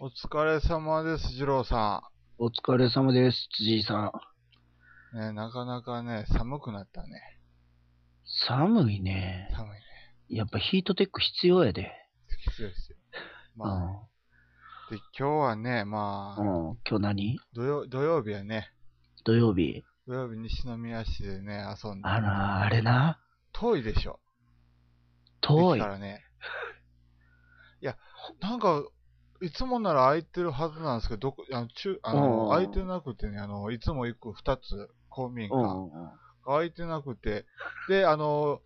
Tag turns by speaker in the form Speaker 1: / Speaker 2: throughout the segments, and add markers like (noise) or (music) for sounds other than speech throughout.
Speaker 1: お疲れ様です、次郎さ
Speaker 2: お疲れ様です、辻井さん。
Speaker 1: ん。ね、なかなかね、寒くなったね。
Speaker 2: 寒いね。
Speaker 1: 寒いね。
Speaker 2: やっぱヒートテック必要やで。
Speaker 1: きついですよ。
Speaker 2: うん。う
Speaker 1: まあ、で、今日はね、まあ、
Speaker 2: ん。今日何
Speaker 1: 土曜、土曜日はね、
Speaker 2: 土曜日。
Speaker 1: 土曜日西宮市でね、遊んで。
Speaker 2: あら、あれな。
Speaker 1: 遠いでしょ。
Speaker 2: 遠
Speaker 1: 駅
Speaker 2: い
Speaker 1: か。らね。いや、なんか、いつもなら空いてるはずなんですけど、どこ、あの、中、あ
Speaker 2: う
Speaker 1: の、
Speaker 2: ん
Speaker 1: 空いてなくてね、あの、いつも行く二つ、公民
Speaker 2: うんう
Speaker 1: 館。
Speaker 2: んうん。
Speaker 1: 空いてなくて、で、あの、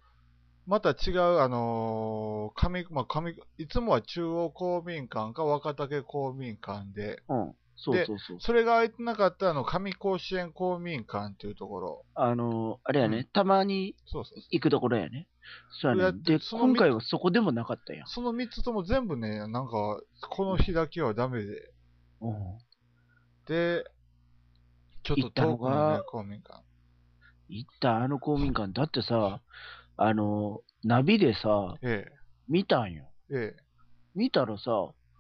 Speaker 1: また違う、あの、上、まあ、上、いつもは中央公民館か若竹公民館で、
Speaker 2: うん。そうそうそう。
Speaker 1: それが空いてなかったらあの、上甲子園公民館っていうところ。
Speaker 2: あの、あれや
Speaker 1: うん
Speaker 2: ね、たまに
Speaker 1: そうそう
Speaker 2: 行くところやね。そうやね。
Speaker 1: いや
Speaker 2: で、
Speaker 1: そのみ
Speaker 2: 今回はそこでもなかったやん。
Speaker 1: その三つとも全部ね、なんか、この日だけはダメで、
Speaker 2: うん。
Speaker 1: で、ちょっと遠くのね、公民館。
Speaker 2: 行ったあの公民館。だってさ、あの、ナビでさ、
Speaker 1: え
Speaker 2: 見たんよ。
Speaker 1: え、ええ、
Speaker 2: 見たらさ、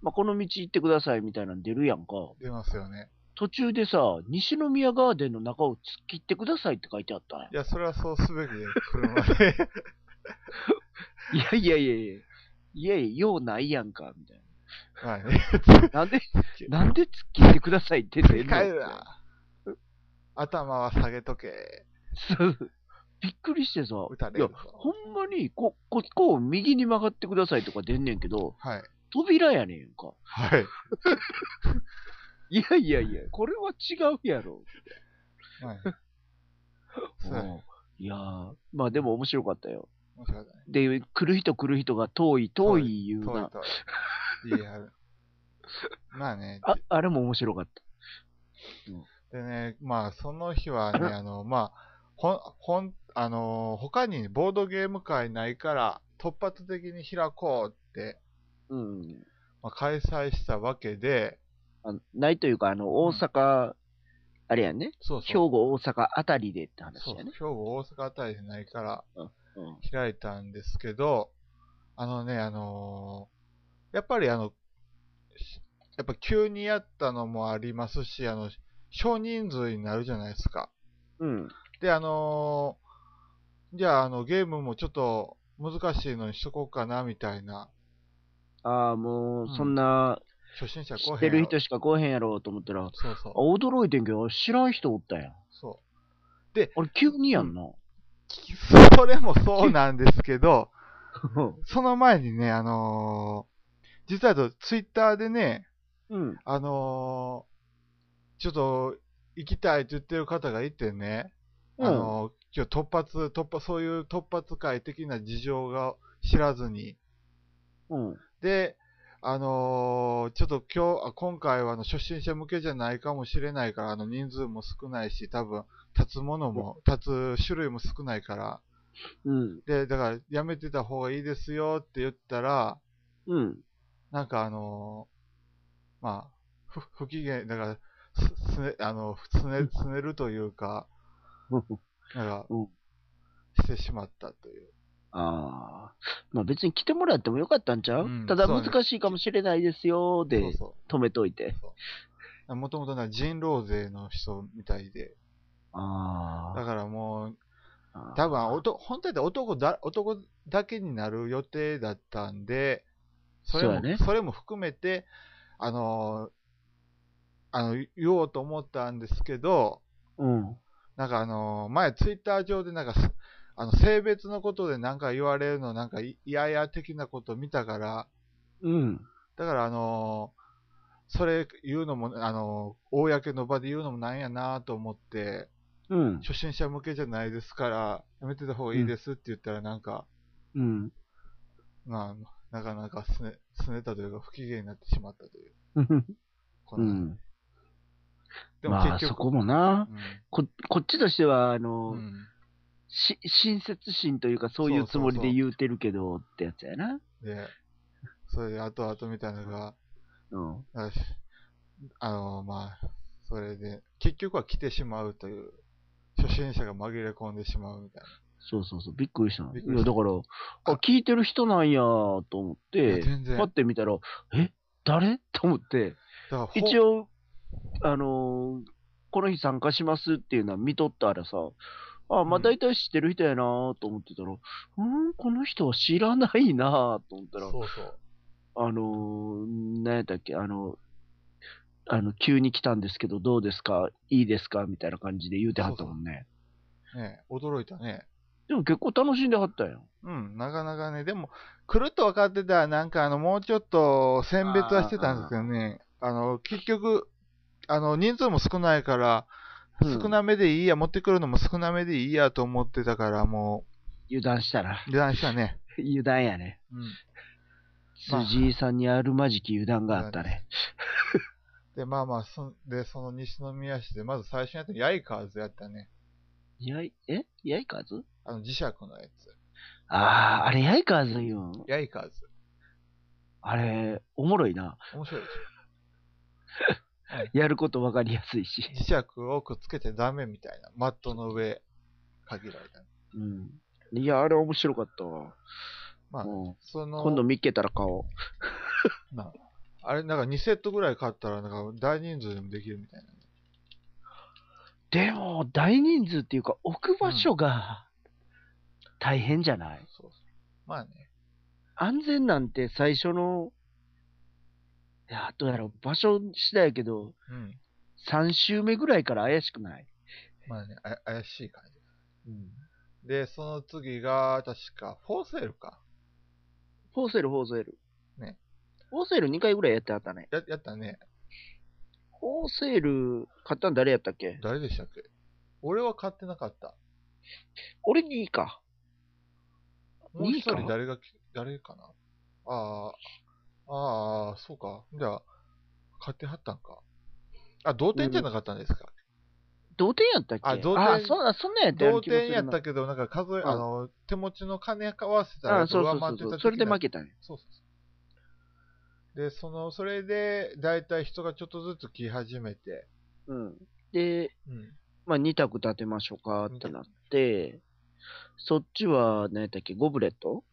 Speaker 2: まあ、この道行ってくださいみたいなの出るやんか。
Speaker 1: 出ますよね。
Speaker 2: 途中でさ、西宮ガーデンの中を突っ切ってくださいって書いてあったんや
Speaker 1: いや、それはそうすべきで、車で。 (laughs)
Speaker 2: いやいやいやいや、いやいや、用ないやんか、みたい
Speaker 1: まあね、
Speaker 2: (laughs) な。なんで
Speaker 1: 切、
Speaker 2: なんで突っ切ってくださいって出んの
Speaker 1: 帰るな。頭は下げとけ。
Speaker 2: そうびっくりしてさ、
Speaker 1: 撃たれ
Speaker 2: いや
Speaker 1: る、
Speaker 2: ほ
Speaker 1: ぞ。
Speaker 2: んまにこ、ここを右に曲がってくださいとか出んねんけど、
Speaker 1: はい。
Speaker 2: 扉やねんか。
Speaker 1: はい。
Speaker 2: いやいやいや、これは違うやろ。
Speaker 1: まあねそうやね。
Speaker 2: いやー、まあでも面白かったよ。
Speaker 1: 面白かったね。
Speaker 2: で、来る人来る人が遠い遠い言う
Speaker 1: 遠い
Speaker 2: な。
Speaker 1: と。リア
Speaker 2: (laughs)
Speaker 1: ル。まあね、
Speaker 2: あ、あれも面白かった。
Speaker 1: でね、まあ、その日はね、あの、まあ、ほん、ほん、あのー他にボードゲーム会ないから、突発的に開こうって、
Speaker 2: うん。
Speaker 1: まあ、開催したわけで、
Speaker 2: あのないというか、あの、大阪、あれやね、
Speaker 1: そう
Speaker 2: 兵
Speaker 1: そう。
Speaker 2: 庫、大阪あたりでって話
Speaker 1: そう
Speaker 2: やね。
Speaker 1: 兵庫、大阪あたりでないから
Speaker 2: うん
Speaker 1: 開いたんですけど、あのね、あのーやっぱりあの、しやっぱ急にやったのもありますし、あの、少人数になるじゃないですか。
Speaker 2: うん。
Speaker 1: で、あのーじゃあ、あの、ゲームもちょっと難しいのにしとこうかな、みたいな。
Speaker 2: ああ、も
Speaker 1: うん
Speaker 2: う、そんな、
Speaker 1: 初心者
Speaker 2: 知
Speaker 1: 後
Speaker 2: っ
Speaker 1: 編
Speaker 2: て
Speaker 1: やろ
Speaker 2: る人しか来おへんやろと思ったら、あ
Speaker 1: そうそう。
Speaker 2: 驚いてんけど、知らん人おったやん。
Speaker 1: そ
Speaker 2: あれ、急にやんな。
Speaker 1: う。それもそうなんですけど、
Speaker 2: うん。
Speaker 1: その前にね、あのー実はとツイッターでね、
Speaker 2: うん。
Speaker 1: あのーちょっと行きたいって言ってる方がいてね、あのー今日突発、突破、そういう突発会的な事情が知らずに、
Speaker 2: うん。
Speaker 1: で、あのーちょっと今日、あ今回はあの初心者向けじゃないかもしれないから、あの人数も少ないし、多分、立つものも、立つ種類も少ないから、
Speaker 2: うん。
Speaker 1: で、だからやめてた方がいいですよって言ったら、
Speaker 2: うん。
Speaker 1: なんかあのーまあ、不不機嫌、だから、すすね、あの、すね、すねるというか、なんか
Speaker 2: うん、 (laughs)
Speaker 1: してしまったという。
Speaker 2: ああ。まあ別に来てもらってもよかったんちゃう、
Speaker 1: うん
Speaker 2: ただ
Speaker 1: そうね
Speaker 2: 難しいかもしれないですよー
Speaker 1: そう
Speaker 2: で
Speaker 1: そ
Speaker 2: 止めといて。
Speaker 1: う。もともとな、人狼勢の人みたいで、だ
Speaker 2: あ
Speaker 1: からもう、
Speaker 2: あ。
Speaker 1: 多分おと本当だったら男だ男だけになる予定だったんで、それも
Speaker 2: そうやね
Speaker 1: それも含めて、あのーあの言おうと思ったんですけど、
Speaker 2: うん。
Speaker 1: なんかあのー前、ツイッター上でなんかすあの性別のことでなんか言われるの、なんかいいやいや的なこと見たから、
Speaker 2: うん。
Speaker 1: だからあのーそれ言うのも、あのー公の場で言うのもなんやなと思って、
Speaker 2: うん。
Speaker 1: 初心者向けじゃないですから、やめてた方がいいですって言ったら、なんか、
Speaker 2: うん。
Speaker 1: まあ、なかなかすね、すねたというか、不機嫌になってしまったという。こ
Speaker 2: う
Speaker 1: の
Speaker 2: ん。
Speaker 1: でも
Speaker 2: まあ、
Speaker 1: 結
Speaker 2: そ
Speaker 1: 局、
Speaker 2: こもな、こ、こっちとしては、あ
Speaker 1: う
Speaker 2: の、
Speaker 1: んうん
Speaker 2: し、親切心というか、そういうつもりで言うてるけど、ってやつやな。
Speaker 1: で、それで、後々みたいなのが、
Speaker 2: うん。
Speaker 1: なんかしあの、まあ、それで、結局は来てしまうという、初心者が紛れ込んでしまうみたい
Speaker 2: そうそうそう、びっくりしたの。
Speaker 1: びっ
Speaker 2: い
Speaker 1: くりし
Speaker 2: や、
Speaker 1: た
Speaker 2: だから、あ、聞いてる人なんや、と思っ
Speaker 1: な。いや
Speaker 2: て、
Speaker 1: 全
Speaker 2: パッ
Speaker 1: 然、
Speaker 2: て見たら、え誰と思って、
Speaker 1: だからほ
Speaker 2: 一応、あのーこの日参加しますっていうのは見とったらさ、あ、まあ
Speaker 1: うん
Speaker 2: 大体知ってる人やなと思ってたら、うーん、この人は知らないなと思ったら、
Speaker 1: そうそう。
Speaker 2: あのー、何やったっけ、あの、あの、急に来たんですけど、どうですかいいですかみたいな感じで言うてはったもんね。
Speaker 1: ね驚いたね。
Speaker 2: でも結構楽しんではったよ。
Speaker 1: うん、なかなかね、でも、来ると分かってたら、なんか、あの、もうちょっと、選別はしてたんですけどね、あの、結局、あの、人数も少ないから、
Speaker 2: うん
Speaker 1: 少なめでいいや、持ってくるのも少なめでいいやと思ってたから、も
Speaker 2: 油断したら。
Speaker 1: う、
Speaker 2: (laughs)
Speaker 1: 油断したね。
Speaker 2: 油断やね。
Speaker 1: うん。まあ
Speaker 2: 辻井さんにあるまじき油断があったね。
Speaker 1: で、まあまあ、そんで、その西宮市で、まず最初にやったのヤイカーズやったね。
Speaker 2: やい、えやいかず
Speaker 1: あの、磁石のやつ。
Speaker 2: ああ、あれやいかず言うん。
Speaker 1: ヤイカーズ。
Speaker 2: あれ、おもろいな。
Speaker 1: 面白いでし
Speaker 2: やることわかりやすいし。
Speaker 1: ょ。磁石をくっつけてダメみたいな。マットの上、限られた。
Speaker 2: うん。いや、あれ面白かったわ。
Speaker 1: まあ、
Speaker 2: うん
Speaker 1: その、
Speaker 2: 今度見っけたら買おう。
Speaker 1: まあ、あれ、なんか2セットぐらい買ったら、なんか大人数でもできるみたいなね。
Speaker 2: でも、大人数っていうか、置く場所が大変じゃない、
Speaker 1: そうそう。まあね。
Speaker 2: 安全なんて最初の、いや、どうやろう、場所次第やけど、
Speaker 1: うん。
Speaker 2: 3周目ぐらいから怪しくない
Speaker 1: まあね、あや怪しい感
Speaker 2: うん。
Speaker 1: じ。で、その次が、確か、フォーセルか。
Speaker 2: フォーセル、フォーセル。
Speaker 1: ね。
Speaker 2: フォーセル2回ぐらいやってはったね。
Speaker 1: や、やったね。
Speaker 2: フォーセル、買ったん誰やったっけ
Speaker 1: 誰でしたっけ俺は買ってなかった。
Speaker 2: 俺にいいか。
Speaker 1: もう一
Speaker 2: いい
Speaker 1: 人
Speaker 2: か
Speaker 1: 誰がき、誰かなああ、ああ、そうか。じゃあ、買ってはったんか。あ、同点じゃなかったんですか。
Speaker 2: 同点やったっけ
Speaker 1: あ同点
Speaker 2: あそんな、そんなんやったよ
Speaker 1: 同
Speaker 2: うな気がす
Speaker 1: 点
Speaker 2: る
Speaker 1: や
Speaker 2: な
Speaker 1: ったけど、なんか数え、
Speaker 2: うん
Speaker 1: あの、手持ちの金合わせた
Speaker 2: あ
Speaker 1: ら
Speaker 2: そうそ
Speaker 1: 上
Speaker 2: うそ
Speaker 1: 回っ
Speaker 2: う
Speaker 1: て
Speaker 2: そ
Speaker 1: た
Speaker 2: う。それで
Speaker 1: 的な
Speaker 2: 負けたね。
Speaker 1: そうそうそう。で、その、それで、だいたい人がちょっとずつ来始めて、
Speaker 2: うん。で、
Speaker 1: うん。
Speaker 2: まあ、2択立てましょうかってなって、そっちは、何やったっけ、ゴブレット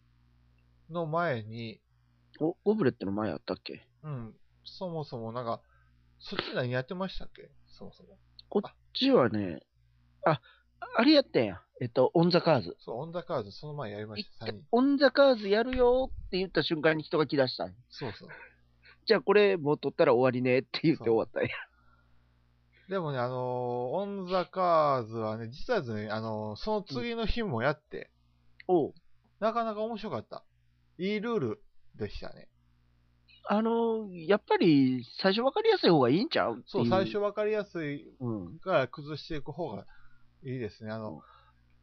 Speaker 1: の前に、
Speaker 2: おゴブレットの前やったっけ
Speaker 1: うん、そもそもなんか、そっち何やってましたっけそもそも。
Speaker 2: こっちはね、あ、あれやったやん。えっと、オンザカーズ。
Speaker 1: そう、オンダカーズ、その前やりました、3人。
Speaker 2: オンザカーズやるよって言った瞬間に人が来だしたん。
Speaker 1: そうそう。
Speaker 2: じゃあこれもう取ったら終わりねって言って終わったんや。
Speaker 1: でもね、あのーオンザカーズはね、実はですね、あのーその次の日もやって、
Speaker 2: おう
Speaker 1: なかなか面白かった。いいルールでしたね。
Speaker 2: あのー、やっぱり最初分かりやすい方がいいんちゃう
Speaker 1: そう、
Speaker 2: ってい
Speaker 1: 最初わかりやすい
Speaker 2: うん。
Speaker 1: から崩していく方がいいですね。あ
Speaker 2: うん
Speaker 1: の、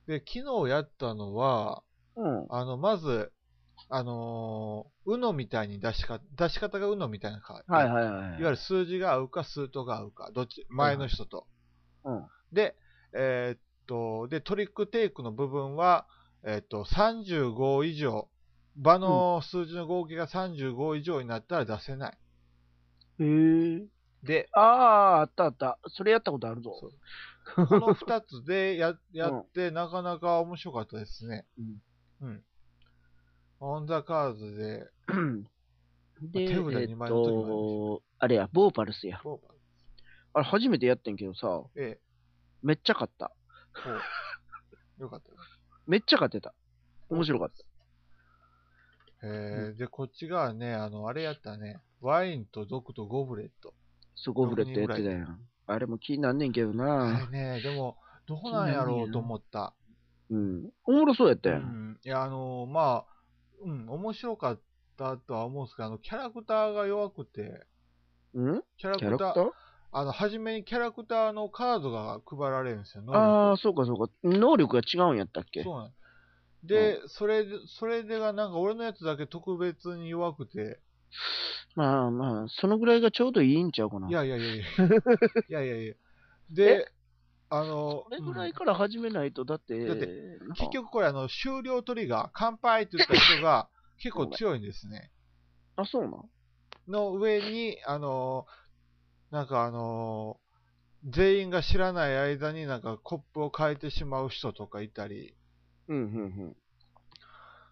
Speaker 1: で、昨日やったのは、
Speaker 2: うん。
Speaker 1: あの、まず、あのー、UNO みたいに出しか、出し方が UNO みたいなか、
Speaker 2: はい
Speaker 1: い
Speaker 2: はいはい。
Speaker 1: わゆる数字が合うか数とが合うか、どっち、前の人と。
Speaker 2: うん。
Speaker 1: で、えーっと、で、トリックテイクの部分は、えーっと、35以上、場の数字の合計が35以上になったら出せない。
Speaker 2: へえ。
Speaker 1: で、
Speaker 2: (laughs) ああ、あったあった。それやったことあるぞ。
Speaker 1: そうこの2つでややって、なかなか面白かったですね。
Speaker 2: うん
Speaker 1: うん。オンザカーズで、
Speaker 2: で、
Speaker 1: 手札
Speaker 2: え
Speaker 1: 二枚の時もあり
Speaker 2: っ
Speaker 1: ました
Speaker 2: と、あれや、ボーパルスや。
Speaker 1: こう
Speaker 2: あれ、初めてやってんけどさ、
Speaker 1: ええ、
Speaker 2: めっちゃ買った。
Speaker 1: こ
Speaker 2: (laughs)
Speaker 1: う。よかったよ。
Speaker 2: めっちゃ買ってた。面白かった。
Speaker 1: えーで、こっちがね、あの、あれやったね。ワインと毒とゴブレット。
Speaker 2: そこブレットやってたやん。あれも気になんねんけど
Speaker 1: あれ
Speaker 2: な。
Speaker 1: ね、でも、どうなんやろうと思った。
Speaker 2: うん。おもろそうやった
Speaker 1: う
Speaker 2: やん。
Speaker 1: ん。いや、あの、まあ、うん、面白かったとは思うんですけど、あの、キャラクターが弱くて、
Speaker 2: うん
Speaker 1: キャラク
Speaker 2: キ
Speaker 1: タ
Speaker 2: ャ
Speaker 1: ー、
Speaker 2: ラクター
Speaker 1: あの、初めにキャラクターのカードが配られるんですよ。能力
Speaker 2: ああ、そうかそうか。能力が違うんやったっけ
Speaker 1: そうなんで、それで、それでが、なんか俺のやつだけ特別に弱くて、
Speaker 2: まあまあ、そのぐらいがちょうどいいんちゃうかな。
Speaker 1: いやいやい
Speaker 2: (laughs)
Speaker 1: やいや、いやいやいや、で、あの
Speaker 2: そ、れぐらい
Speaker 1: うん
Speaker 2: から始めないと、だって、
Speaker 1: だって
Speaker 2: なんか
Speaker 1: 結局これ、あの、終了トリガー、乾杯って言った人が結構強いんですね。
Speaker 2: あ、そうなん。
Speaker 1: の上に、あの、なんかあの、全員が知らない間になんかコップを変えてしまう人とかいたり、
Speaker 2: うんうんうん。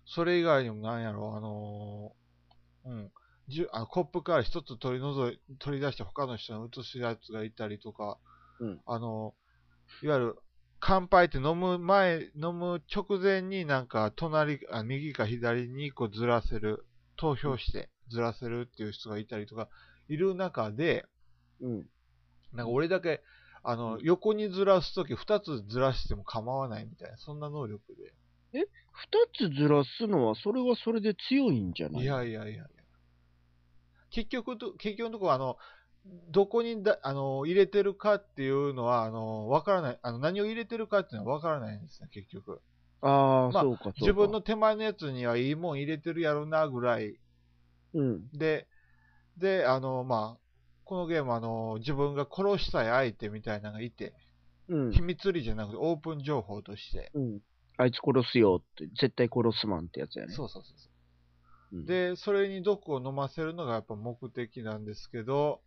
Speaker 1: それ以外にもなんやろ、あのーうん。じゅあのコップから一つ取り除い、取り出して他の人に移すやつがいたりとか、
Speaker 2: うん
Speaker 1: あの、いわゆる、乾杯って飲む前、飲む直前になんか隣、あ右か左に一個ずらせる、投票してずらせるっていう人がいたりとか、いる中で、
Speaker 2: うん。
Speaker 1: なんか俺だけ、あの、横にずらすとき二つずらしても構わないみたいな、そんな能力で。
Speaker 2: 二つずらすのは、それはそれで強いんじゃない
Speaker 1: いやいやいやいや。結局と、結局のところは、あの、どこにだあの入れてるかっていうのは、あの、わからない、あの、何を入れてるかっていうのはわからないんですね、結局。
Speaker 2: ああ、
Speaker 1: まあ
Speaker 2: そうか、そうか。
Speaker 1: 自分の、手前のやつにはいいもん入れてるやろな、ぐらい。
Speaker 2: うん。
Speaker 1: で、で、あの、まあ、このゲーム、あの、自分が殺したい相手みたいなのがいて、
Speaker 2: うん
Speaker 1: 秘。密裏じゃなくてオープン情報として。
Speaker 2: うん。あいつ殺すよって、絶対殺すマンってやつやね。。
Speaker 1: そうそうそうそう
Speaker 2: ん、
Speaker 1: で、それに毒を飲ませるのがやっぱ目的なんですけど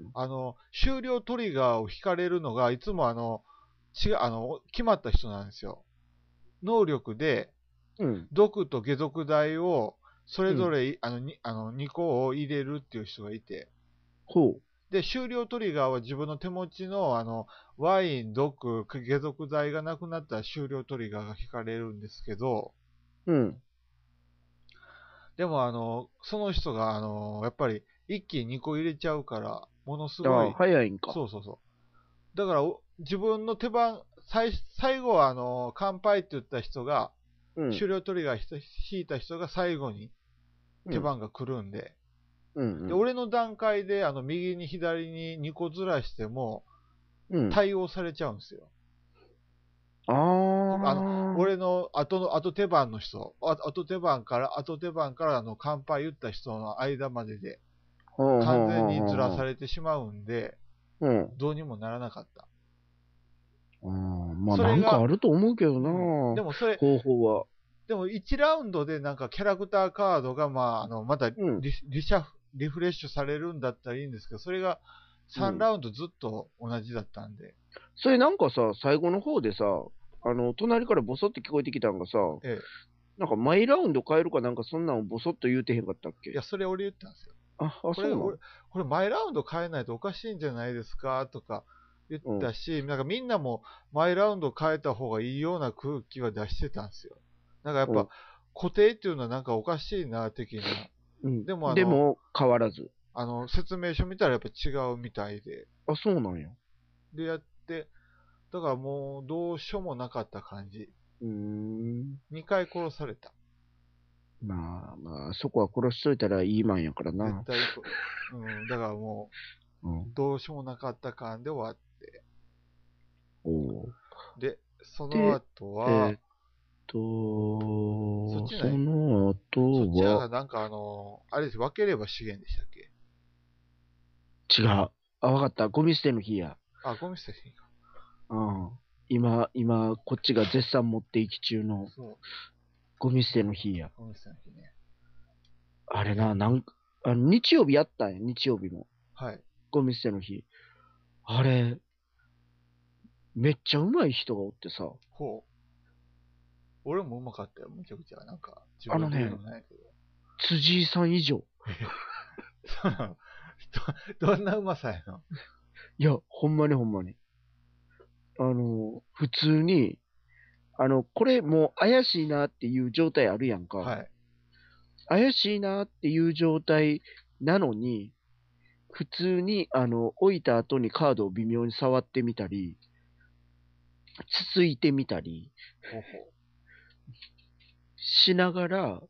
Speaker 2: うん、
Speaker 1: あの、終了トリガーを引かれるのが、いつもあの、違う、あの、決まった人なんですよ。能力で、
Speaker 2: うん。
Speaker 1: 毒と解毒剤を、それぞれ、あの、にあの2個を入れるっていう人がいて、
Speaker 2: ほ
Speaker 1: で、終了トリガーは自分の手持ちの、あの、ワイン、毒、解毒剤がなくなったら終了トリガーが引かれるんですけど、
Speaker 2: う。うん。
Speaker 1: でもあの、その人があの、やっぱり一気に2個入れちゃうから、ものす
Speaker 2: あ
Speaker 1: ご
Speaker 2: あ、
Speaker 1: い。
Speaker 2: 早いんか。
Speaker 1: そうそうそう。だからお、自分の手番、最最後はあの、乾杯って言った人が、
Speaker 2: うん。
Speaker 1: 終了トリガーひた引いた人が最後に手番が来るんで、
Speaker 2: うん。うん。
Speaker 1: で俺の段階であの右に左に2個ずらしても
Speaker 2: うん、あ
Speaker 1: 対応されちゃうんですよ。
Speaker 2: あ
Speaker 1: あ
Speaker 2: の、
Speaker 1: 俺の後の後手番の人、あ後手番から後手番からあの乾杯言った人の間までで完全にずらさ
Speaker 2: れ
Speaker 1: れてしまうんで、
Speaker 2: うん。
Speaker 1: どうにもならなかった。
Speaker 2: うん。まあ、
Speaker 1: それが
Speaker 2: なんかあると思うけどな、
Speaker 1: でもそれ、
Speaker 2: 方法は。
Speaker 1: でも1ラウンドでなんかキャラクターカードが、まあ、あの、またリ
Speaker 2: うん。
Speaker 1: リシャフリフレッシュされるんだったらいいんですけど、それが
Speaker 2: うん
Speaker 1: 3ラウンドずっと同じだったんで。
Speaker 2: それなんかさ、最後の方でさ、あの、隣からボソって聞こえてきたんがさ、
Speaker 1: え
Speaker 2: なんかマイラウンド変えるかなんかそんなんをボソっと言うてへんかったっ
Speaker 1: え、
Speaker 2: け
Speaker 1: いや、それ俺言ったんですよ。
Speaker 2: あ、あ、
Speaker 1: こ
Speaker 2: そ
Speaker 1: れ、
Speaker 2: うな
Speaker 1: 俺
Speaker 2: の
Speaker 1: これマイラウンド変えないとおかしいんじゃないですかとか言ったし、なんかみんなもマイラウンド変えた方がいいような空気は出してたんですよ。なんかやっぱ、
Speaker 2: うん
Speaker 1: 固定っていうのはなんかおかしいな、的な。
Speaker 2: うん。
Speaker 1: でもあの
Speaker 2: でも変わらず。
Speaker 1: あの、説明書見たらやっぱ違うみたいで。
Speaker 2: あ、そうなんや。
Speaker 1: でやって、だからもうどうしようもなかった感じ。
Speaker 2: うーん。
Speaker 1: 2回殺された。
Speaker 2: まあまあ、そこは殺しといたらいいマンやからな
Speaker 1: 絶。対こ、うん、だからも
Speaker 2: うん
Speaker 1: う。どうしようもなかった感で終わ
Speaker 2: おう
Speaker 1: って。で、その後は、
Speaker 2: えーっと
Speaker 1: そっ、ち
Speaker 2: そ
Speaker 1: ないそ
Speaker 2: の
Speaker 1: っ
Speaker 2: 後
Speaker 1: ちは
Speaker 2: は、
Speaker 1: なんかあの、あれです、分ければ資源でしたっけ
Speaker 2: 違う。あ、わかった。ゴミ捨ての日や。
Speaker 1: あ、ゴミ捨て品か。
Speaker 2: うん。今、今、こっちが絶賛持っていき中の
Speaker 1: そう、
Speaker 2: ゴミ捨ての日や。
Speaker 1: ゴミ捨ての日ね。
Speaker 2: あれな、なんか、あの日曜日やったんや、日曜日も。
Speaker 1: はい。
Speaker 2: ゴミ捨ての日。あれ、めっちゃうまい人がおってさ、
Speaker 1: ほう。俺もうまかったよ、むちゃくちゃ。なんか、自
Speaker 2: あの
Speaker 1: 分で
Speaker 2: ね
Speaker 1: 言うのもないけど。
Speaker 2: 辻井さん以上。
Speaker 1: そうなの (laughs) どどんなうまさやの
Speaker 2: いや、ほんまにほんまに。あの、普通に、あの、これもう怪しいなっていう状態あるやんか。
Speaker 1: はい。
Speaker 2: 怪しいなっていう状態なのに、普通に、あの、置いた後にカードを微妙に触ってみたり、つついてみたり
Speaker 1: ほうほう。
Speaker 2: しながら、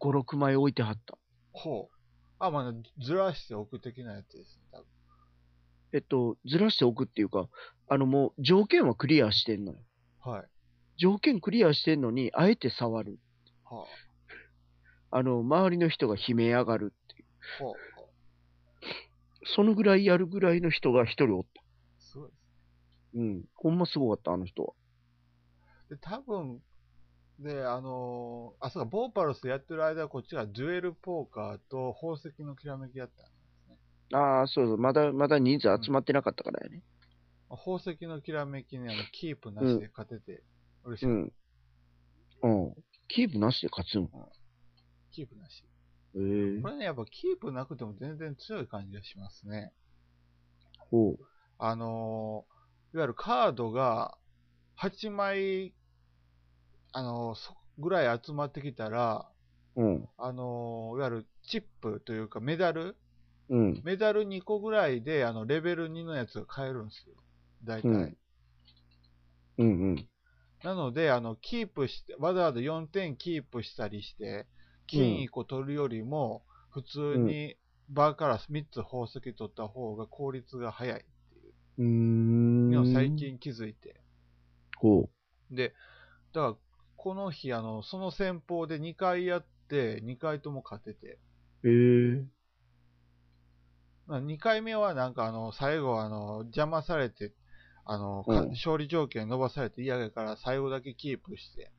Speaker 2: 5、6枚置いてはった。
Speaker 1: ほう。あ、まあ、ずらしておく的なやつですね、多分。
Speaker 2: えっと、ずらしておくっていうか、あの、もう条件はクリアしてんのよ。
Speaker 1: はい。
Speaker 2: 条件クリアしてんのに、あえて触る。
Speaker 1: は
Speaker 2: あの、周りの人が悲鳴上がるっていう。
Speaker 1: あ、はあ、
Speaker 2: そのぐらいやるぐらいの人が一人おった。
Speaker 1: すごいです
Speaker 2: うん。ほんますごかった、あの人は。
Speaker 1: ね。で、多分、で、あのーあ、そうか、ボーパルスやってる間はこっちがデュエルポーカーと宝石のきらめきやったんですね。
Speaker 2: ああ、そうそう。まだ、まだ人数集まってなかったからやね。
Speaker 1: まあ宝石のきらめきね、あの、キープなしで勝てて、嬉し
Speaker 2: う
Speaker 1: い、
Speaker 2: ん。うん。キープなしで勝つんかな
Speaker 1: キープなし。
Speaker 2: えー
Speaker 1: こ、れね、やっぱキープなくても全然強い感じがしますね。
Speaker 2: ほう。
Speaker 1: あのーいわゆるカードが8枚、あのーそぐらい集まってきたら、
Speaker 2: うん。
Speaker 1: あのーいわゆるチップというかメダル、
Speaker 2: うん。
Speaker 1: メダル2個ぐらいで、あの、レベル2のやつが買えるんですよ。大体。
Speaker 2: うんうんうん。
Speaker 1: なので、あの、キープして、わざわざ4点キープしたりして、金1個取るよりも、普通にバーから3つ宝石取った方が効率が早い。
Speaker 2: うーん。
Speaker 1: のを最。近気づいて。
Speaker 2: ほ
Speaker 1: で、だから、この日、あの、その戦法で2回やって、2回とも勝てて。
Speaker 2: う。えー、
Speaker 1: 2回目はなんかあの、最後あの、邪魔されて、あの、か
Speaker 2: うん
Speaker 1: 勝利条件伸ばされて嫌やから最後だけキープして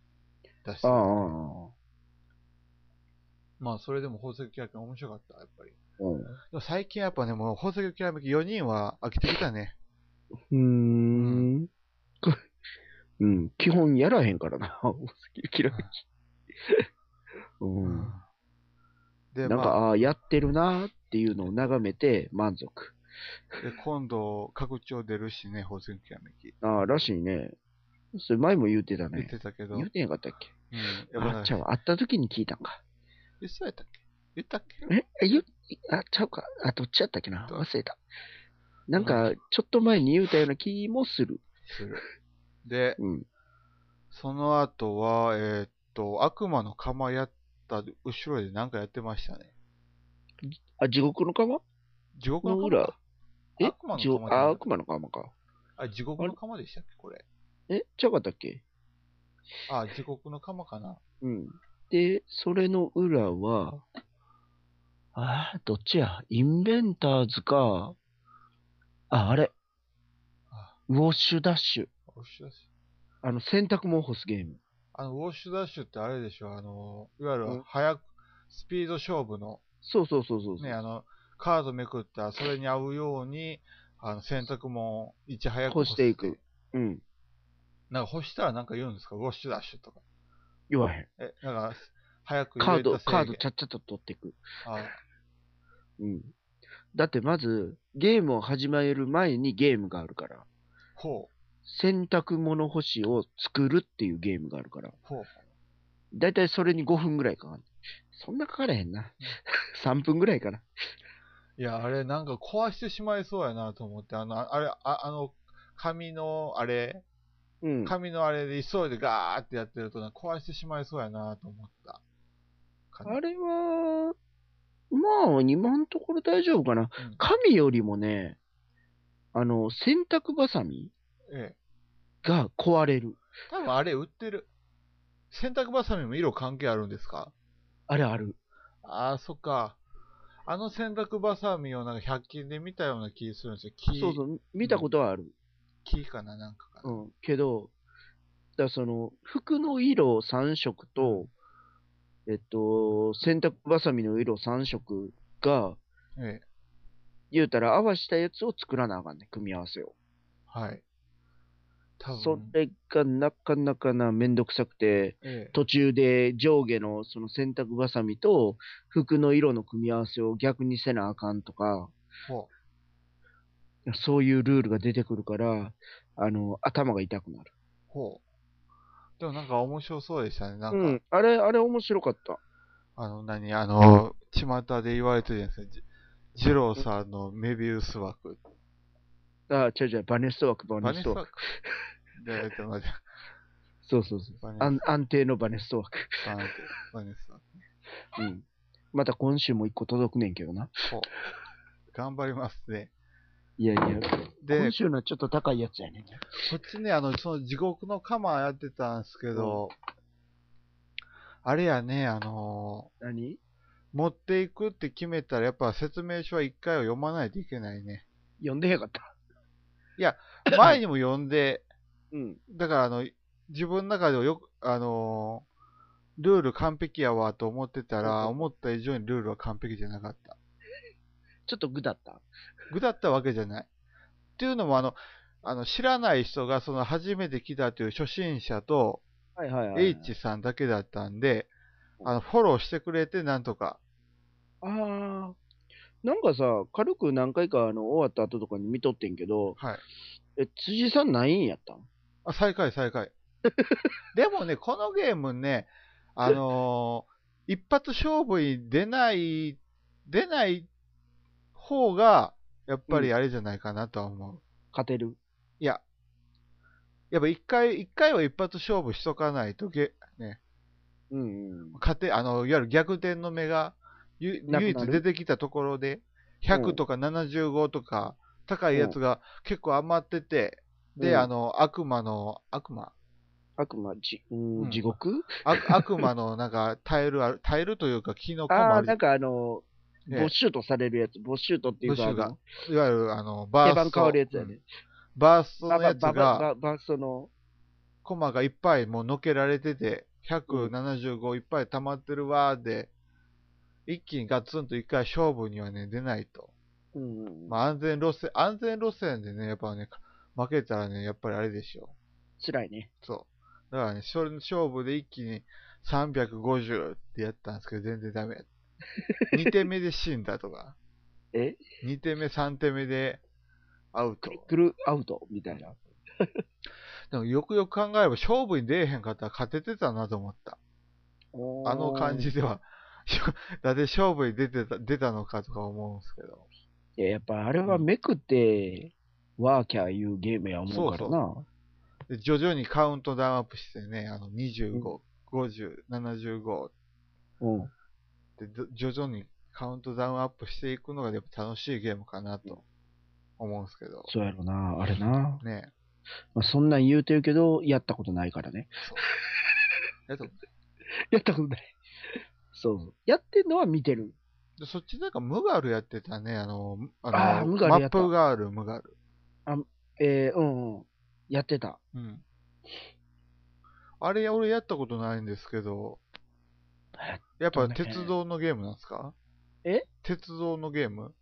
Speaker 1: 出して
Speaker 2: ああ。ああああ
Speaker 1: まあ、それでも宝石きらめき面白かった、やっぱり。で
Speaker 2: うん。
Speaker 1: も最近やっぱね、もう宝石きらめき4人は飽きてきたね。
Speaker 2: うーん。 (laughs) うん、基本やらへんからな、 (laughs) お好き、きらめき。うん。
Speaker 1: で、
Speaker 2: なんか、
Speaker 1: まあ、
Speaker 2: ああー、やってるなーっていうのを眺めて満足。
Speaker 1: で今度、拡張出るしね、宝石きらめき。
Speaker 2: ああ、らしいね。それ前も言うてた
Speaker 1: 言っ
Speaker 2: ね
Speaker 1: て。たけど、う
Speaker 2: 言
Speaker 1: ん
Speaker 2: う。てへんかったっけ
Speaker 1: やっぱ
Speaker 2: あ
Speaker 1: ね
Speaker 2: ちゃうわ。会った時に聞いたんか。
Speaker 1: 言ってたやったっけ言ったっけ
Speaker 2: え、え言うあ、ちゃうか。あ、どっちやったっけな。
Speaker 1: どう
Speaker 2: 忘れた。なんか、ちょっと前に言うたような気もする。
Speaker 1: する。で、
Speaker 2: うん。
Speaker 1: その後は、えーっと、悪魔の釜やった後ろで何かやってましたね。
Speaker 2: あ、地獄の釜
Speaker 1: 地獄の
Speaker 2: の
Speaker 1: 釜
Speaker 2: 裏
Speaker 1: か
Speaker 2: え
Speaker 1: 悪魔の
Speaker 2: 地獄
Speaker 1: 釜じゃな
Speaker 2: あ、
Speaker 1: かっ
Speaker 2: 悪魔の釜か。
Speaker 1: たあ、地獄の釜でしたっけこれ。
Speaker 2: え、ちゃうかったっけ
Speaker 1: あ、地獄の釜かな。
Speaker 2: うん。で、それの裏は、あーどっちやインベンターズか、あ、あれ、
Speaker 1: あ、
Speaker 2: ウォッシュダッシュ。
Speaker 1: ウォッシュダッシュ。
Speaker 2: あの、洗濯物干すゲーム。
Speaker 1: あの、ウォッシュダッシュってあれでしょあの、いわゆ
Speaker 2: うん
Speaker 1: る、早く、スピード勝負の、
Speaker 2: そうそうそうそうそう。
Speaker 1: ね、あの、カードめくったらそれに合うように、あの、洗濯物をいち早く
Speaker 2: 干していく。。うん。
Speaker 1: なんか干したらなんか言うんですかウォッシュダッシュとか。
Speaker 2: 言わへん。
Speaker 1: え、なんか、早く
Speaker 2: カー
Speaker 1: 入れ
Speaker 2: ド、
Speaker 1: た制限
Speaker 2: カードちゃっちゃと取っていく。
Speaker 1: あ
Speaker 2: うん。だってまず、ゲームを始める前にゲームがあるから、
Speaker 1: ほう、
Speaker 2: 洗濯物干しを作るっていうゲームがあるから、
Speaker 1: ほう。
Speaker 2: だいたいそれに5分ぐらいかかる。そんなかかれへん (laughs) な。3分ぐらいかな。
Speaker 1: いや、あれ、なんか壊してしまいそうやなと思って、あの、ああれ、ああの、紙の、あれ、
Speaker 2: うん。
Speaker 1: 紙のあれで急いでガーってやってると、なんか壊してしまいそうやなと思った。かな
Speaker 2: あれは、まあ、今のところ大丈夫かな。
Speaker 1: うん
Speaker 2: 神よりもね、あの、洗濯バサミ
Speaker 1: ええ。
Speaker 2: が壊れる。
Speaker 1: 多分あれ売ってる。洗濯バサミも色関係あるんですか
Speaker 2: あれある。
Speaker 1: ああ、そっか。あの洗濯バサミをなんか100均で見たような気するんですよ。木、
Speaker 2: そうそう、見たことはある。
Speaker 1: 木かななんかか
Speaker 2: う
Speaker 1: な。
Speaker 2: ん。けど、だからその、服の色3色と、えっと、洗濯バサミの色3色が、
Speaker 1: ええ。
Speaker 2: 言うたら合わしたやつを作らなあかんね、組み合わせを。
Speaker 1: はい。多
Speaker 2: そ
Speaker 1: 分、
Speaker 2: れがなかなかな、めんどくさくて、
Speaker 1: ええ。
Speaker 2: 途中で上下のその洗濯バサミと服の色の組み合わせを逆にせなあかんとか、
Speaker 1: ほ
Speaker 2: そういうルールが出てくるから、あの、頭が痛くなる。
Speaker 1: う、ほう。でもなんか面白そうでしたね。なんか、
Speaker 2: うん。あれ、あれ面白かった。
Speaker 1: あの、何、あの、巷で言われてるやつね。じ二郎さんのメビウス枠。
Speaker 2: あ、違う違う、バネスト枠、バ
Speaker 1: バ
Speaker 2: ネ
Speaker 1: ネス
Speaker 2: スト枠。
Speaker 1: 枠じゃあ、えっと、待って
Speaker 2: そうそうそう。
Speaker 1: バネス
Speaker 2: 安安定のバネスト枠。
Speaker 1: バネバネス枠。
Speaker 2: うん。また今週も一個届くねんけどな。
Speaker 1: ほう。頑張りますね。
Speaker 2: いやいや、
Speaker 1: で
Speaker 2: 今、週のはちょっと高いやつやねん。
Speaker 1: こっちね、あの、その地獄の釜やってたんですけど、あれやね、あの
Speaker 2: 何
Speaker 1: ー持っていくって決めたら、やっぱ説明書は一回は読まないといけないね。
Speaker 2: 読んでへんかった。
Speaker 1: 前にも読んで、
Speaker 2: うん。
Speaker 1: だからあの、自分の中ではよく、あのールール完璧やわと思ってたら、
Speaker 2: うん
Speaker 1: 思った以上にルールは完璧じゃなかった。
Speaker 2: ちょっと具だった。
Speaker 1: 具だったわけじゃない。っていうのも、あの、あの知らない人がその初めて来たという初心者と、
Speaker 2: はいはいはい。
Speaker 1: H さんだけだったんで、あの、フォローしてくれて、なんとか
Speaker 2: ああ。なんかさ、軽く何回かあの終わった後とかに見とってんけど、
Speaker 1: はい。
Speaker 2: え、辻さん何位やったん
Speaker 1: あ、最下位、最
Speaker 2: (laughs)
Speaker 1: 下位。でもね、このゲームね、あのー一発勝負に出ない、出ない方が、やっぱりあれじゃないかなとは思う。
Speaker 2: 勝てる
Speaker 1: いや、やっぱ一回、一回は一発勝負しとかないとげ、ね、
Speaker 2: うんうん。
Speaker 1: 勝て、あの、いわゆる逆転の目が、ゆ
Speaker 2: なくなる
Speaker 1: 唯一出てきたところで、
Speaker 2: う
Speaker 1: 100
Speaker 2: ん
Speaker 1: とか75とか、高いやつが結構余ってて、
Speaker 2: う
Speaker 1: で、
Speaker 2: ん
Speaker 1: あの、悪魔の、悪魔
Speaker 2: 悪魔、じう、
Speaker 1: うんん
Speaker 2: 地獄
Speaker 1: 悪 (laughs) 悪魔のなんか耐えるある、耐えるというか、気のこも
Speaker 2: あ
Speaker 1: あ
Speaker 2: あ、
Speaker 1: り、
Speaker 2: なんかあの、
Speaker 1: ね
Speaker 2: ボッシュートされるやつ、ボッシュートっていうか、
Speaker 1: ボ
Speaker 2: あ
Speaker 1: ッシュが
Speaker 2: の
Speaker 1: いわゆるあのバ
Speaker 2: 定
Speaker 1: ー
Speaker 2: 番
Speaker 1: ス
Speaker 2: 変
Speaker 1: ト、
Speaker 2: わるやつや
Speaker 1: う
Speaker 2: ね
Speaker 1: ん。バースト
Speaker 2: バ
Speaker 1: の
Speaker 2: バ
Speaker 1: やつ
Speaker 2: ババ
Speaker 1: が、
Speaker 2: ババーストの、
Speaker 1: コマがいっぱいもうのけられてて、175いっぱい溜まってるわーで、一気にガツンと一回勝負にはね、出ないと。
Speaker 2: うんうん、
Speaker 1: まあ安全路線、安全路線でね、やっぱね、負けたらね、やっぱりあれでしょ。
Speaker 2: 辛いね。
Speaker 1: そう。だからね、それの勝負で一気に350ってやったんですけど、全然ダメ。2手目で死んだとか。
Speaker 2: え
Speaker 1: ?2 手目、3手目でアウト
Speaker 2: クリ。ックルアウトみたいな。
Speaker 1: でもよくよく考えれば、勝負に出えへんかったら勝ててたなと思った。あの感じ
Speaker 2: い
Speaker 1: では。 (laughs) だって勝負に出てた、出たのかとか思うんですけど。
Speaker 2: や、やっぱあれはめくって、ワーキャーいうゲームや思うからな。
Speaker 1: で徐々にカウントダウンアップしてね、あの25、50、75っ
Speaker 2: うん。
Speaker 1: てど徐々にカウントダウンアップしていくのがやっぱ楽しいゲームかなと思うんですけど。
Speaker 2: そうやろな、あれな。
Speaker 1: ね
Speaker 2: まあ、そんなん言うてるけど、やったことないからね。 (laughs)
Speaker 1: え。あと
Speaker 2: やったことない。 (laughs) そう。やってんのは見てる。
Speaker 1: でそっちなんかムガールやってたね、あの、あの
Speaker 2: あームガ
Speaker 1: マ
Speaker 2: ールや
Speaker 1: ッ
Speaker 2: った
Speaker 1: プガール、ムガール。
Speaker 2: えー、うんうん。やってた。
Speaker 1: うん。あれ、俺やったことないんですけど、やっぱ鉄道のゲームなんですか
Speaker 2: え
Speaker 1: 鉄道のゲーム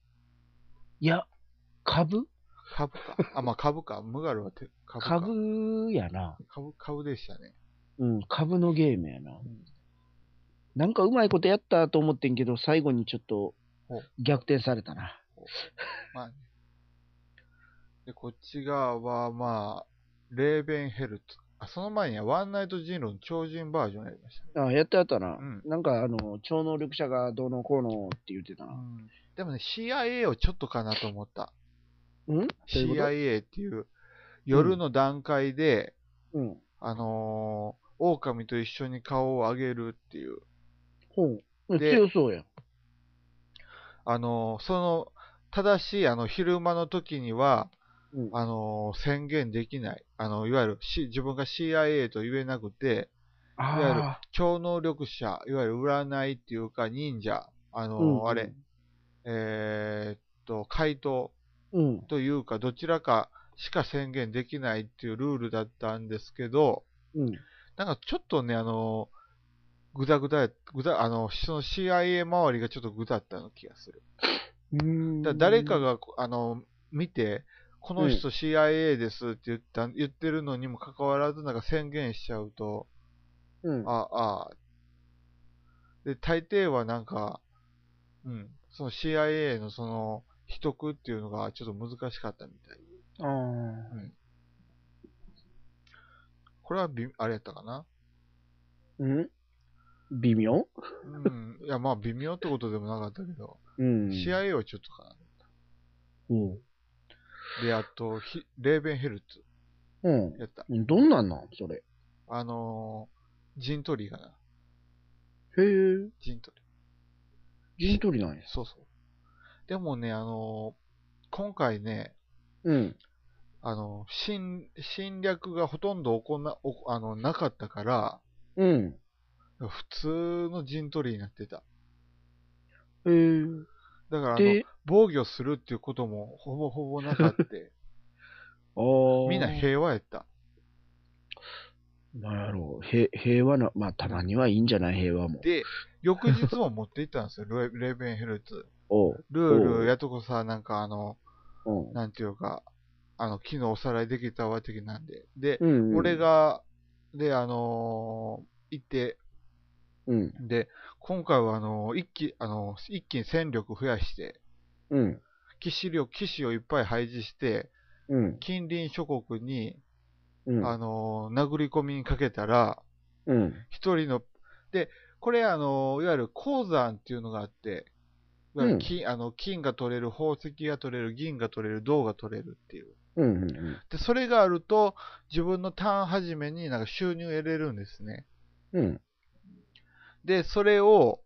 Speaker 2: いや、株
Speaker 1: 株か。あ、まあ株か。ムガルはて株か。
Speaker 2: 株やな。
Speaker 1: 株、株でしたね。
Speaker 2: うん、株のゲームやな。
Speaker 1: ん
Speaker 2: なんかうまいことやったと思ってんけど、最後にちょっと
Speaker 1: ほ
Speaker 2: 逆転されたな。
Speaker 1: まあね。で、こっち側は、まあ、レーベンヘルツ。あ、その前にはワンナイト人狼の超人バージョンやりましたね。
Speaker 2: あやったやったな。
Speaker 1: うん
Speaker 2: なんかあの、超能力者がどうのこうのって言ってた
Speaker 1: う
Speaker 2: な。
Speaker 1: ん。でもね、CIA をちょっとかなと思った。
Speaker 2: うんどういうこと
Speaker 1: CIA っていう、夜の段階で、
Speaker 2: うん。
Speaker 1: あのー、狼と一緒に顔を上げるっていう。
Speaker 2: ほう。
Speaker 1: で
Speaker 2: 強そうやん。
Speaker 1: あのーその、ただし、あの、昼間の時には、
Speaker 2: うん
Speaker 1: あのー宣言できない。あの、いわゆる、C、自分が CIA と言えなくて、いわゆる
Speaker 2: あ
Speaker 1: 超能力者、いわゆる占いっていうか忍者、あ
Speaker 2: あ
Speaker 1: のーあれ、。えーっと、回答
Speaker 2: うん。
Speaker 1: というか、どちらかしか宣言できないっていうルールだったんですけど、
Speaker 2: うん。
Speaker 1: なんかちょっとね、あのーぐだぐだや、ぐだ、あの、その CIA 周りがちょっとぐだったような気がする。
Speaker 2: うん。
Speaker 1: だ誰かがこあの見て、この人 CIA ですって言った、言ってるのにもかかわらず、なんか宣言しちゃうと、
Speaker 2: うん、
Speaker 1: ああ、で、大抵はなんか、うん、その CIA のその、秘匿っていうのがちょっと難しかったみたい。
Speaker 2: あー
Speaker 1: これはび、あれやったかな
Speaker 2: うん微妙
Speaker 1: うん。いや、まあ、微妙ってことでもなかったけど、
Speaker 2: うん。
Speaker 1: CIA はちょっとかな。
Speaker 2: うん。
Speaker 1: で、あと、ひレーベンヘルツ
Speaker 2: うん。
Speaker 1: やった。
Speaker 2: どんなんなんそれ。
Speaker 1: あのー、陣取りかな。
Speaker 2: へえ。
Speaker 1: 陣取り。
Speaker 2: 陣取りなんや。
Speaker 1: そうそう。でもね、あのー今回ね、
Speaker 2: うん。
Speaker 1: あの侵、侵略がほとんど行な、おあの、なかったから、
Speaker 2: うん。
Speaker 1: 普通の陣取りになってた。
Speaker 2: へえ。
Speaker 1: だから、あの
Speaker 2: で、
Speaker 1: 防御するっていうこともほぼほぼなかった。
Speaker 2: (laughs) ああ。
Speaker 1: みんな平和やった。
Speaker 2: なんやろう、へ平和な、まあ、たまにはいいんじゃない平和も。
Speaker 1: で、翌日も持って行ったんですよ、レレーベンヘルツ。
Speaker 2: おう
Speaker 1: ルー
Speaker 2: おう
Speaker 1: ルやっとこさ、なんかあの、
Speaker 2: うん。
Speaker 1: なんていうか、あの、昨日おさらいできたわ、的なんで。で、
Speaker 2: うん
Speaker 1: 俺、が、で、あのー行って、
Speaker 2: うん。
Speaker 1: で、今回はあの、一気、あの、一気に戦力増やして、
Speaker 2: うん。
Speaker 1: 騎士力、騎士をいっぱい配置して、
Speaker 2: うん。
Speaker 1: 近隣諸国に、
Speaker 2: うん。
Speaker 1: あの、殴り込みにかけたら、
Speaker 2: うん。
Speaker 1: 一人の、で、これあの、いわゆる鉱山っていうのがあって、いわゆる金、あの、金が取れる、宝石が取れる、銀が取れる、銅が取れるっていう。
Speaker 2: うん。うん。
Speaker 1: で、それがあると、自分のターン始めになんか収入得れるんですね。
Speaker 2: うん。
Speaker 1: で、それを、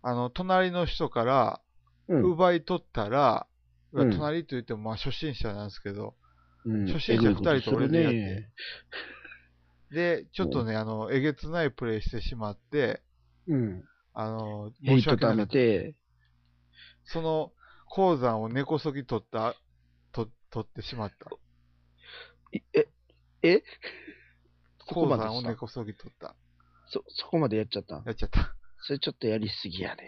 Speaker 1: あの、隣の人から
Speaker 2: うん。
Speaker 1: 奪い取ったら、
Speaker 2: うん
Speaker 1: 隣と言っても、まあ、初心者なんですけど、
Speaker 2: うん。
Speaker 1: 初心者二人と俺でやってで、ちょっと
Speaker 2: う
Speaker 1: ね、あの、えげつないプレイしてしまって、
Speaker 2: うん。
Speaker 1: あの、
Speaker 2: ヘ
Speaker 1: 申
Speaker 2: イ
Speaker 1: し
Speaker 2: ト
Speaker 1: 訳な
Speaker 2: 貯
Speaker 1: か
Speaker 2: め
Speaker 1: った。
Speaker 2: て、
Speaker 1: その鉱山を根こそぎ取った、と取ってしまった。
Speaker 2: いえ、えそこ
Speaker 1: 鉱
Speaker 2: までした
Speaker 1: 山を根こそぎ取った。
Speaker 2: そ、そこまでやっちゃった
Speaker 1: やっちゃった。
Speaker 2: それちょっとやりすぎやね。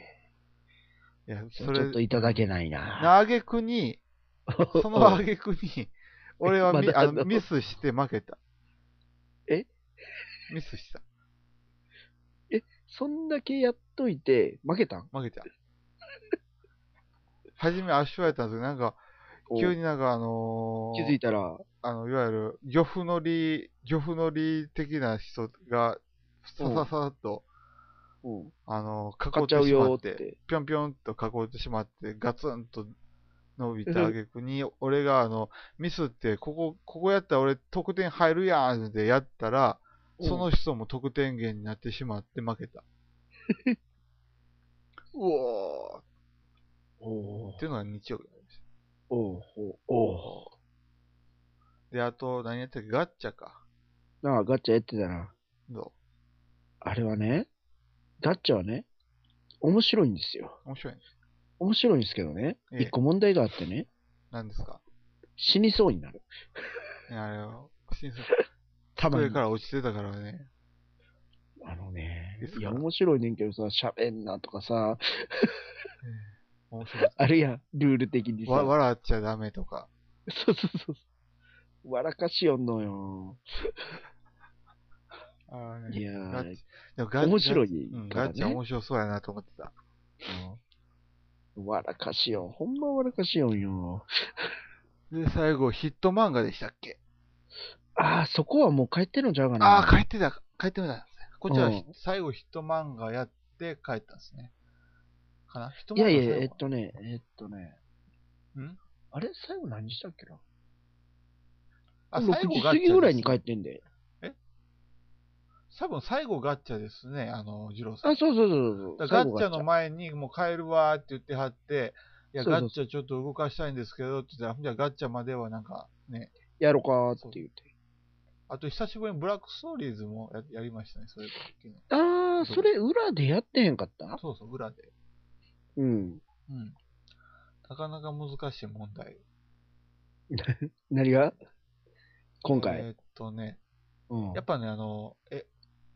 Speaker 1: いや、
Speaker 2: ち
Speaker 1: そ
Speaker 2: ょっと
Speaker 1: れ、
Speaker 2: いただけないな。
Speaker 1: なげくに、そ
Speaker 2: (laughs)
Speaker 1: の挙句に、俺は
Speaker 2: ま
Speaker 1: ミ,
Speaker 2: だ
Speaker 1: あ
Speaker 2: あ
Speaker 1: の、
Speaker 2: の
Speaker 1: ミスして負けた。
Speaker 2: え
Speaker 1: ミスした。
Speaker 2: そんだけやっといて、負けたん
Speaker 1: 負けた。はじめ圧勝やったんですけど、なんか、急になんかあの
Speaker 2: 気
Speaker 1: ー
Speaker 2: づいたら、
Speaker 1: あの、いわゆる、漁夫のり、漁夫のり的な人が、さ
Speaker 2: うん
Speaker 1: ささっと、
Speaker 2: うん
Speaker 1: あのー、囲
Speaker 2: 買
Speaker 1: っ
Speaker 2: っちゃ
Speaker 1: て
Speaker 2: う
Speaker 1: しま
Speaker 2: よ
Speaker 1: っ、
Speaker 2: ーってて。
Speaker 1: ぴょんぴょんと囲ってしまって、ガツンと伸びた挙句に、俺があの、ミスって、ここ、ここやったら俺得点入るやんってやったら、その人も得点源になってしまって負け
Speaker 2: (laughs)
Speaker 1: た。うおーっ
Speaker 2: お
Speaker 1: ていうのが日曜日なんです。
Speaker 2: おおおお
Speaker 1: で、あと、何やったっけガッチャか。
Speaker 2: なあ、ガッチャやってたな。
Speaker 1: ど
Speaker 2: あれはね、ガッチャはね、面白いんですよ。
Speaker 1: う面白いね。
Speaker 2: 面白いんですけどね、
Speaker 1: ええ
Speaker 2: 一個問題があってね、
Speaker 1: 何ですか
Speaker 2: 死にそうになる。
Speaker 1: いやあれは、新作。
Speaker 2: たま
Speaker 1: 机
Speaker 2: に
Speaker 1: か。ら落ちてたからね。
Speaker 2: あのね
Speaker 1: いつ、か
Speaker 2: いや、面白いねんけどさ、喋んなとかさ、
Speaker 1: 面白い。
Speaker 2: あるやん、ルール的にさ。
Speaker 1: わ笑っちゃダメとか。
Speaker 2: そうそうそうそう。笑かしよんのよ。
Speaker 1: あー
Speaker 2: い
Speaker 1: ね
Speaker 2: や
Speaker 1: ガ
Speaker 2: ー
Speaker 1: ッチ、でもガッ
Speaker 2: 面白い
Speaker 1: うん、
Speaker 2: から
Speaker 1: ガッチャ
Speaker 2: ね。
Speaker 1: 面白そうやなと思ってた。
Speaker 2: 笑かしよん。ほんま笑かしよんよ。
Speaker 1: うんで、最後、ヒット漫画でしたっけ
Speaker 2: ああ、そこはもう帰ってるんちゃうかな。
Speaker 1: ああ、帰ってた、帰ってたんですね。こっちはひ
Speaker 2: う
Speaker 1: 最後ヒット漫画やって帰ったんですね。かなヒット漫
Speaker 2: いや
Speaker 1: 画
Speaker 2: いや、
Speaker 1: 最
Speaker 2: えっ
Speaker 1: 後か
Speaker 2: とね、えっとね。
Speaker 1: ん
Speaker 2: あれ最後何したっけな
Speaker 1: なあ、
Speaker 2: ?6
Speaker 1: 最後
Speaker 2: 時
Speaker 1: ガ
Speaker 2: 過
Speaker 1: ッチャ
Speaker 2: ぎぐらいに帰
Speaker 1: です
Speaker 2: ってんで。
Speaker 1: 多分最後ガッチャですね、あの、二郎さん。
Speaker 2: あ、そうそうそうそう。
Speaker 1: だから
Speaker 2: 最
Speaker 1: ガ
Speaker 2: 後
Speaker 1: ッチャの前にもう帰るわーって言ってはって、いや、
Speaker 2: そうそう
Speaker 1: ガッチャちょっと動かしたいんですけどって言ったら、ほんじゃガッチャまではなんかね、
Speaker 2: やろうかーって言って。
Speaker 1: あと久しぶりにブラックストーリーズもややりましたね、それと昨日
Speaker 2: ああ、それ裏でやってへんかった
Speaker 1: そうそう、裏で。
Speaker 2: うん。
Speaker 1: うん。なかなか難しい問題。
Speaker 2: 何が今回。
Speaker 1: えーっとね、
Speaker 2: うん
Speaker 1: やっぱね、あの、え、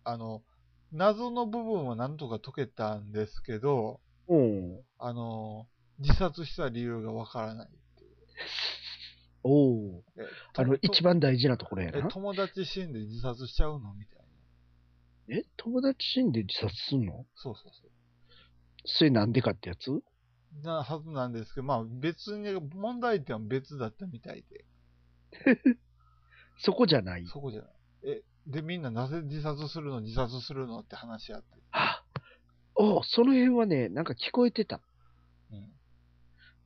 Speaker 1: あの、謎の部分はなんとか解けたんですけど、
Speaker 2: うん。
Speaker 1: あの、自殺した理由がわからないっていう。
Speaker 2: おお。
Speaker 1: え
Speaker 2: あの、一番大事なところや
Speaker 1: え
Speaker 2: な。
Speaker 1: 友達死んで自殺しちゃうのみたいな。
Speaker 2: え、友達死んで自殺すんの
Speaker 1: そうそうそう。
Speaker 2: それなんでかってやつ
Speaker 1: なはずなんですけど、まあ別に、問題点は別だったみたいで、
Speaker 2: そこじゃない。
Speaker 1: そこじゃない。え、で、みんななぜ自殺するの、自殺するのって話し合って。
Speaker 2: はっおうその辺はね、なんか聞こえてた。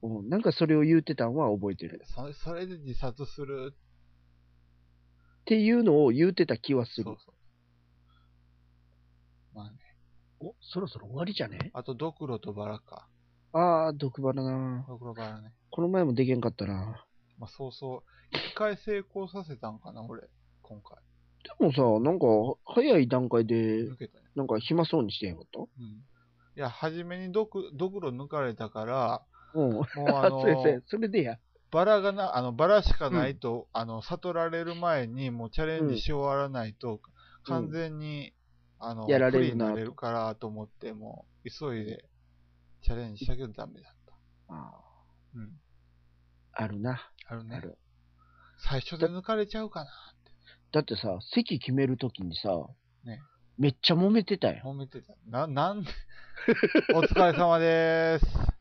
Speaker 1: うん。
Speaker 2: うん、なんかそれを言うてたんは覚えてる。
Speaker 1: そそれで自殺する。
Speaker 2: っていうのを言うてた気はす
Speaker 1: そう
Speaker 2: る
Speaker 1: そう。。まあね。
Speaker 2: お、そろそろ終わりじゃね
Speaker 1: あと、ドクロとバラか。
Speaker 2: ああ、毒バラな。
Speaker 1: ドクロバラね。
Speaker 2: この前もできんかったな。
Speaker 1: まあそうそう。一回成功させたんかな、俺。今回。
Speaker 2: でもさ、なんか、早い段階で、
Speaker 1: 抜けたね。
Speaker 2: なんか暇そうにしてへんかっ
Speaker 1: うん。いや、初めにドクドクロ抜かれたから、
Speaker 2: たうん。
Speaker 1: もうあ
Speaker 2: あ、
Speaker 1: の
Speaker 2: (laughs) そうやそうやそれでや。
Speaker 1: バラがな、あの、バラしかないと、あの、悟られる前に、もうチャレンジし終わらないと、完全に、あの、
Speaker 2: やられ
Speaker 1: 不
Speaker 2: る
Speaker 1: 利にな
Speaker 2: な
Speaker 1: れるからと思って、もう、急いで、チャレンジしたけどダメだった。
Speaker 2: あ
Speaker 1: うん。
Speaker 2: ーあるな。
Speaker 1: ある
Speaker 2: あ
Speaker 1: ね。
Speaker 2: る。
Speaker 1: 最初で抜かれちゃうかな。
Speaker 2: だってさ、席決めるときにさ、
Speaker 1: ね
Speaker 2: めっちゃ揉めてた
Speaker 1: (laughs)
Speaker 2: よ。
Speaker 1: もめてた。な、なん、お疲れ様でーす。